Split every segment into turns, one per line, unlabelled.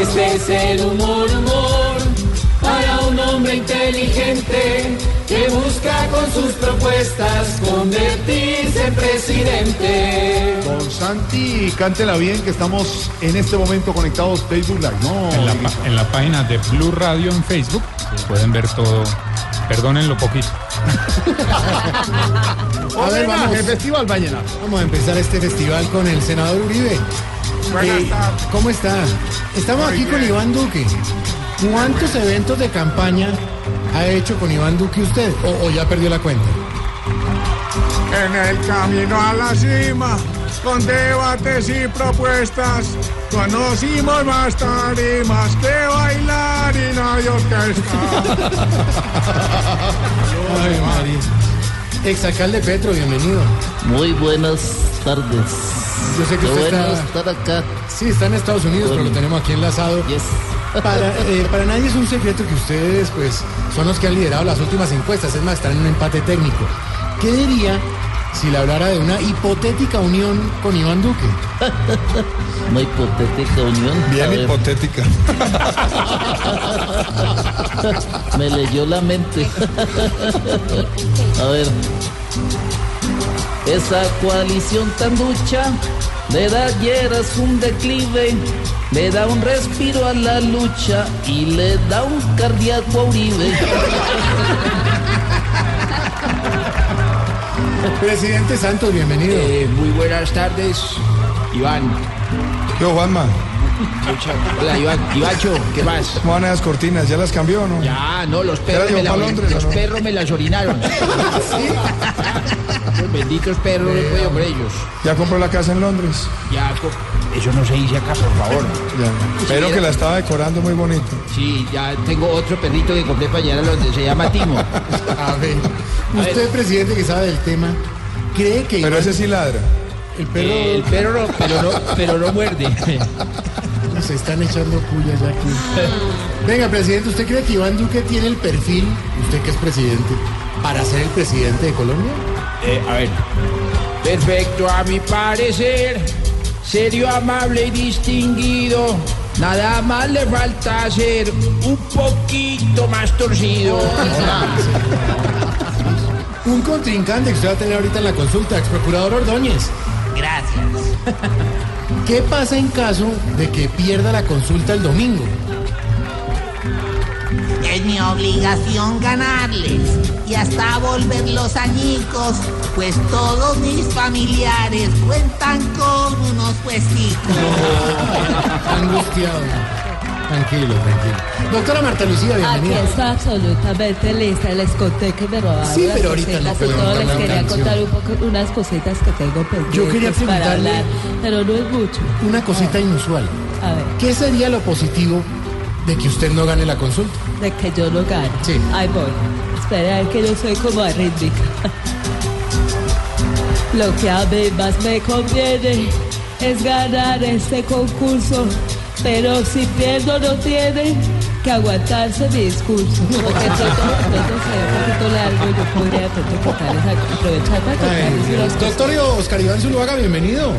es el humor, humor, para un hombre inteligente que busca con sus propuestas convertirse en presidente.
Don Santi, cántela bien que estamos en este momento conectados Facebook Live. No,
en la,
Dieguito.
pa- en la página de Blue Radio en Facebook pueden ver todo. Perdónenlo poquito.
a ver, vamos.
el
festival Vallenato.
Vamos a empezar este festival con el senador Uribe. Eh, ¿Cómo está? Estamos aquí con Iván Duque. ¿Cuántos eventos de campaña ha hecho con Iván Duque usted? ¿O, o ya perdió la cuenta?
En el camino a la cima, con debates y propuestas, conocimos más tarimas que bailar y no hay orquesta.
Ay, María. Exalcalde Petro, bienvenido.
Muy buenas tardes.
Yo sé que
Qué
usted
bueno
está...
estar acá.
Sí, está en Estados Unidos, pero lo tenemos aquí enlazado.
Yes.
Para, eh, para nadie es un secreto que ustedes, pues, son los que han liderado las últimas encuestas. Es más, están en un empate técnico. ¿Qué diría si le hablara de una hipotética unión con Iván Duque?
Una hipotética unión. A ver,
hipotética.
me leyó la mente. A ver. Esa coalición tan ducha le da hieras un declive, le da un respiro a la lucha y le da un cardíaco a Uribe.
Presidente Santos, bienvenido.
Eh, muy buenas tardes, Iván.
Yo, Juanma,
Hola, Iván. Ivancho, ¿qué más?
¿cómo van las cortinas? ¿Ya las cambió o no?
Ya, no, los perros,
Ya la
me, la,
llevó pa' Londres,
los
¿o no?
perros me las orinaron. Los benditos perros, no puedo por ellos.
¿Ya compró la casa en Londres?
Ya, co- eso no se dice acá, por favor.
Ya. Pero que la estaba decorando muy bonito.
Sí, ya tengo otro perrito que compré para llegar a Londres, se llama Timo.
A
Ah,
ver, usted, presidente, que sabe del tema, ¿cree que
Pero
Iván-
ese sí ladra.
el perro
Eh, El perro no, pero no, pero no muerde.
se están echando pullas ya aquí? Venga, presidente, ¿usted cree que Iván Duque tiene el perfil, usted que es presidente, para ser el presidente de Colombia?
Eh, a ver. Perfecto a mi parecer, serio, amable y distinguido. Nada más le falta ser un poquito más torcido.
Un contrincante que usted va a tener ahorita en la consulta, ex procurador Ordóñez.
Gracias.
¿Qué pasa en caso de que pierda la consulta el domingo?
Es mi obligación ganarles y hasta volverlos añicos, pues todos mis familiares cuentan con unos puesticos.
Angustiado. Tranquilo, tranquilo. Doctora Marta Lucía,
Aquí
bienvenida.
está absolutamente lista, les conté que me robaron
Sí,
las
pero ahorita
cositas
le
y
preguntan
todo, les
la
quería
canción.
contar un poco, unas cositas que tengo pendientes
Yo quería
para
preguntarle-
hablar, pero no es mucho.
Una cosita inusual.
A ver,
¿Qué sería lo positivo de que usted no gane la consulta?
de que yo no gane.
Sí.
Ahí voy. Espera, es que yo soy como arrítmica. Lo que a mí más me conviene es ganar este concurso, pero si pierdo no tienen que aguantarse mi discurso. Porque de pronto, de pronto sería un poquito largo y yo podría de pronto contarles, a- aprovechar para contarles unas cosas.
Doctor Oscar Iván Zuluaga, bienvenido.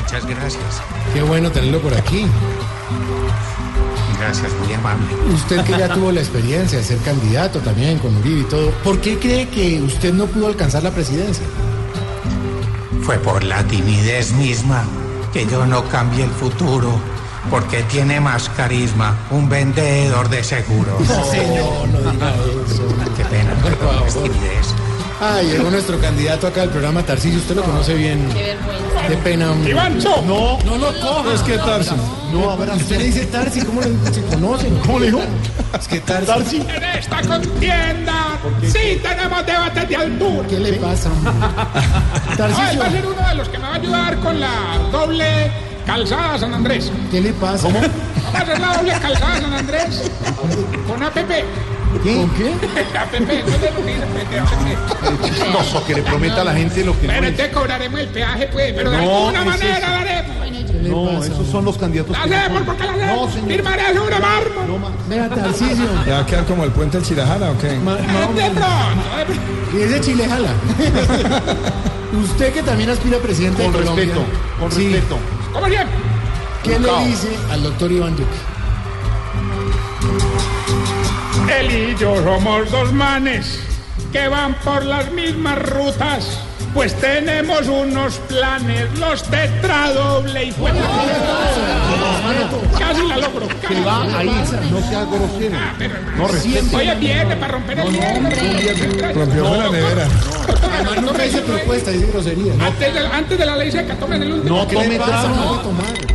Muchas gracias.
Qué bueno tenerlo por aquí.
Gracias, muy amable.
Usted que ya tuvo la experiencia de ser candidato también con Uribe y todo, ¿por qué cree que usted no pudo alcanzar la presidencia?
Fue por la timidez misma que yo no cambié el futuro, porque tiene más carisma un vendedor de seguros.
Señor, no diga eso.
Qué pena, perdón, es timidez.
Ah, llegó nuestro candidato acá al programa, Tarcillo, usted lo conoce bien. Qué vergüenza. Qué pena, hombre.
¡Ivancho! No,
No lo coja.
es que Tarsi.
No, ahora usted le dice Tarsi, ¿cómo le se conocen?
¿Cómo le dijo?
Es que Tarsi,
Tarsi.
En esta contienda, sí tenemos debates de altura.
¿qué le pasa?
Ay,
Tarcillo,
va a ser uno de los que me va a ayudar con la doble calzada San Andrés.
¿qué le pasa?
Vamos a hacer la doble calzada San Andrés con APP.
¿Qué? ¿Con qué?
APP, no es de Luis, APP, APP.
No, que le prometa a la gente lo que no
Pero
es.
entonces cobraremos el peaje, pues, pero de
No,
alguna
es eso.
manera daremos.
¿Qué le
No,
pasa?
esos son los candidatos.
La
que no
hacemos
son.
porque la
No,
hacemos.
señor.
Firmaré sobre mármol.
No, ma-
Vea, Tarcillo.
¿Ya va a quedar como el puente del Chirajara o qué?
ma- ma-
De pronto, de pronto.
Y es de Chile, jala. Usted que también aspira a presidente
Con
de Colombia.
respeto, con
Sí.
respeto.
Como siempre.
¿Qué
Educado.
le dice al doctor Iván Duque?
Él y yo somos dos manes que van por las mismas rutas. Pues tenemos unos planes, los tetradoble y fuera. Casi la logro.
Que
Casi.
va ahí, no sea grosero. No respete.
Oye, viene para romper el hielo.
Rompió la nevera.
Además, nunca hice propuesta, dice grosería.
Antes de, antes de la ley se cató en el último.
No tome
pasa? No
trago.
puede tomar.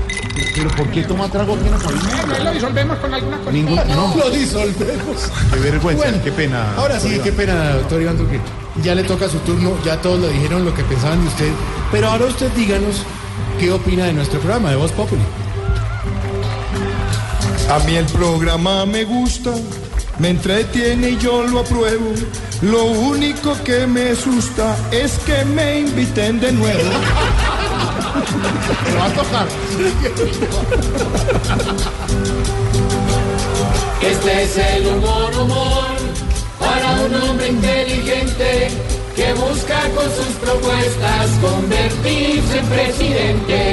Pero ¿por qué toma trago apenas ahorita?
Bueno, ahí lo disolvemos con alguna cosa.
Ningún. No,
Lo disolvemos.
qué vergüenza,
Bueno,
qué pena.
Ahora sí, qué pena, doctor Iván Duque. Ya le toca su turno, ya todos le dijeron lo que pensaban de usted. Pero ahora usted díganos qué opina de nuestro programa de Voz Populi.
A mí el programa me gusta, me entretiene y yo lo apruebo. Lo único que me asusta es que me inviten de nuevo.
va a tocar.
Este es el humor, humor para un hombre inteligente que busca con sus propuestas convertirse en presidente.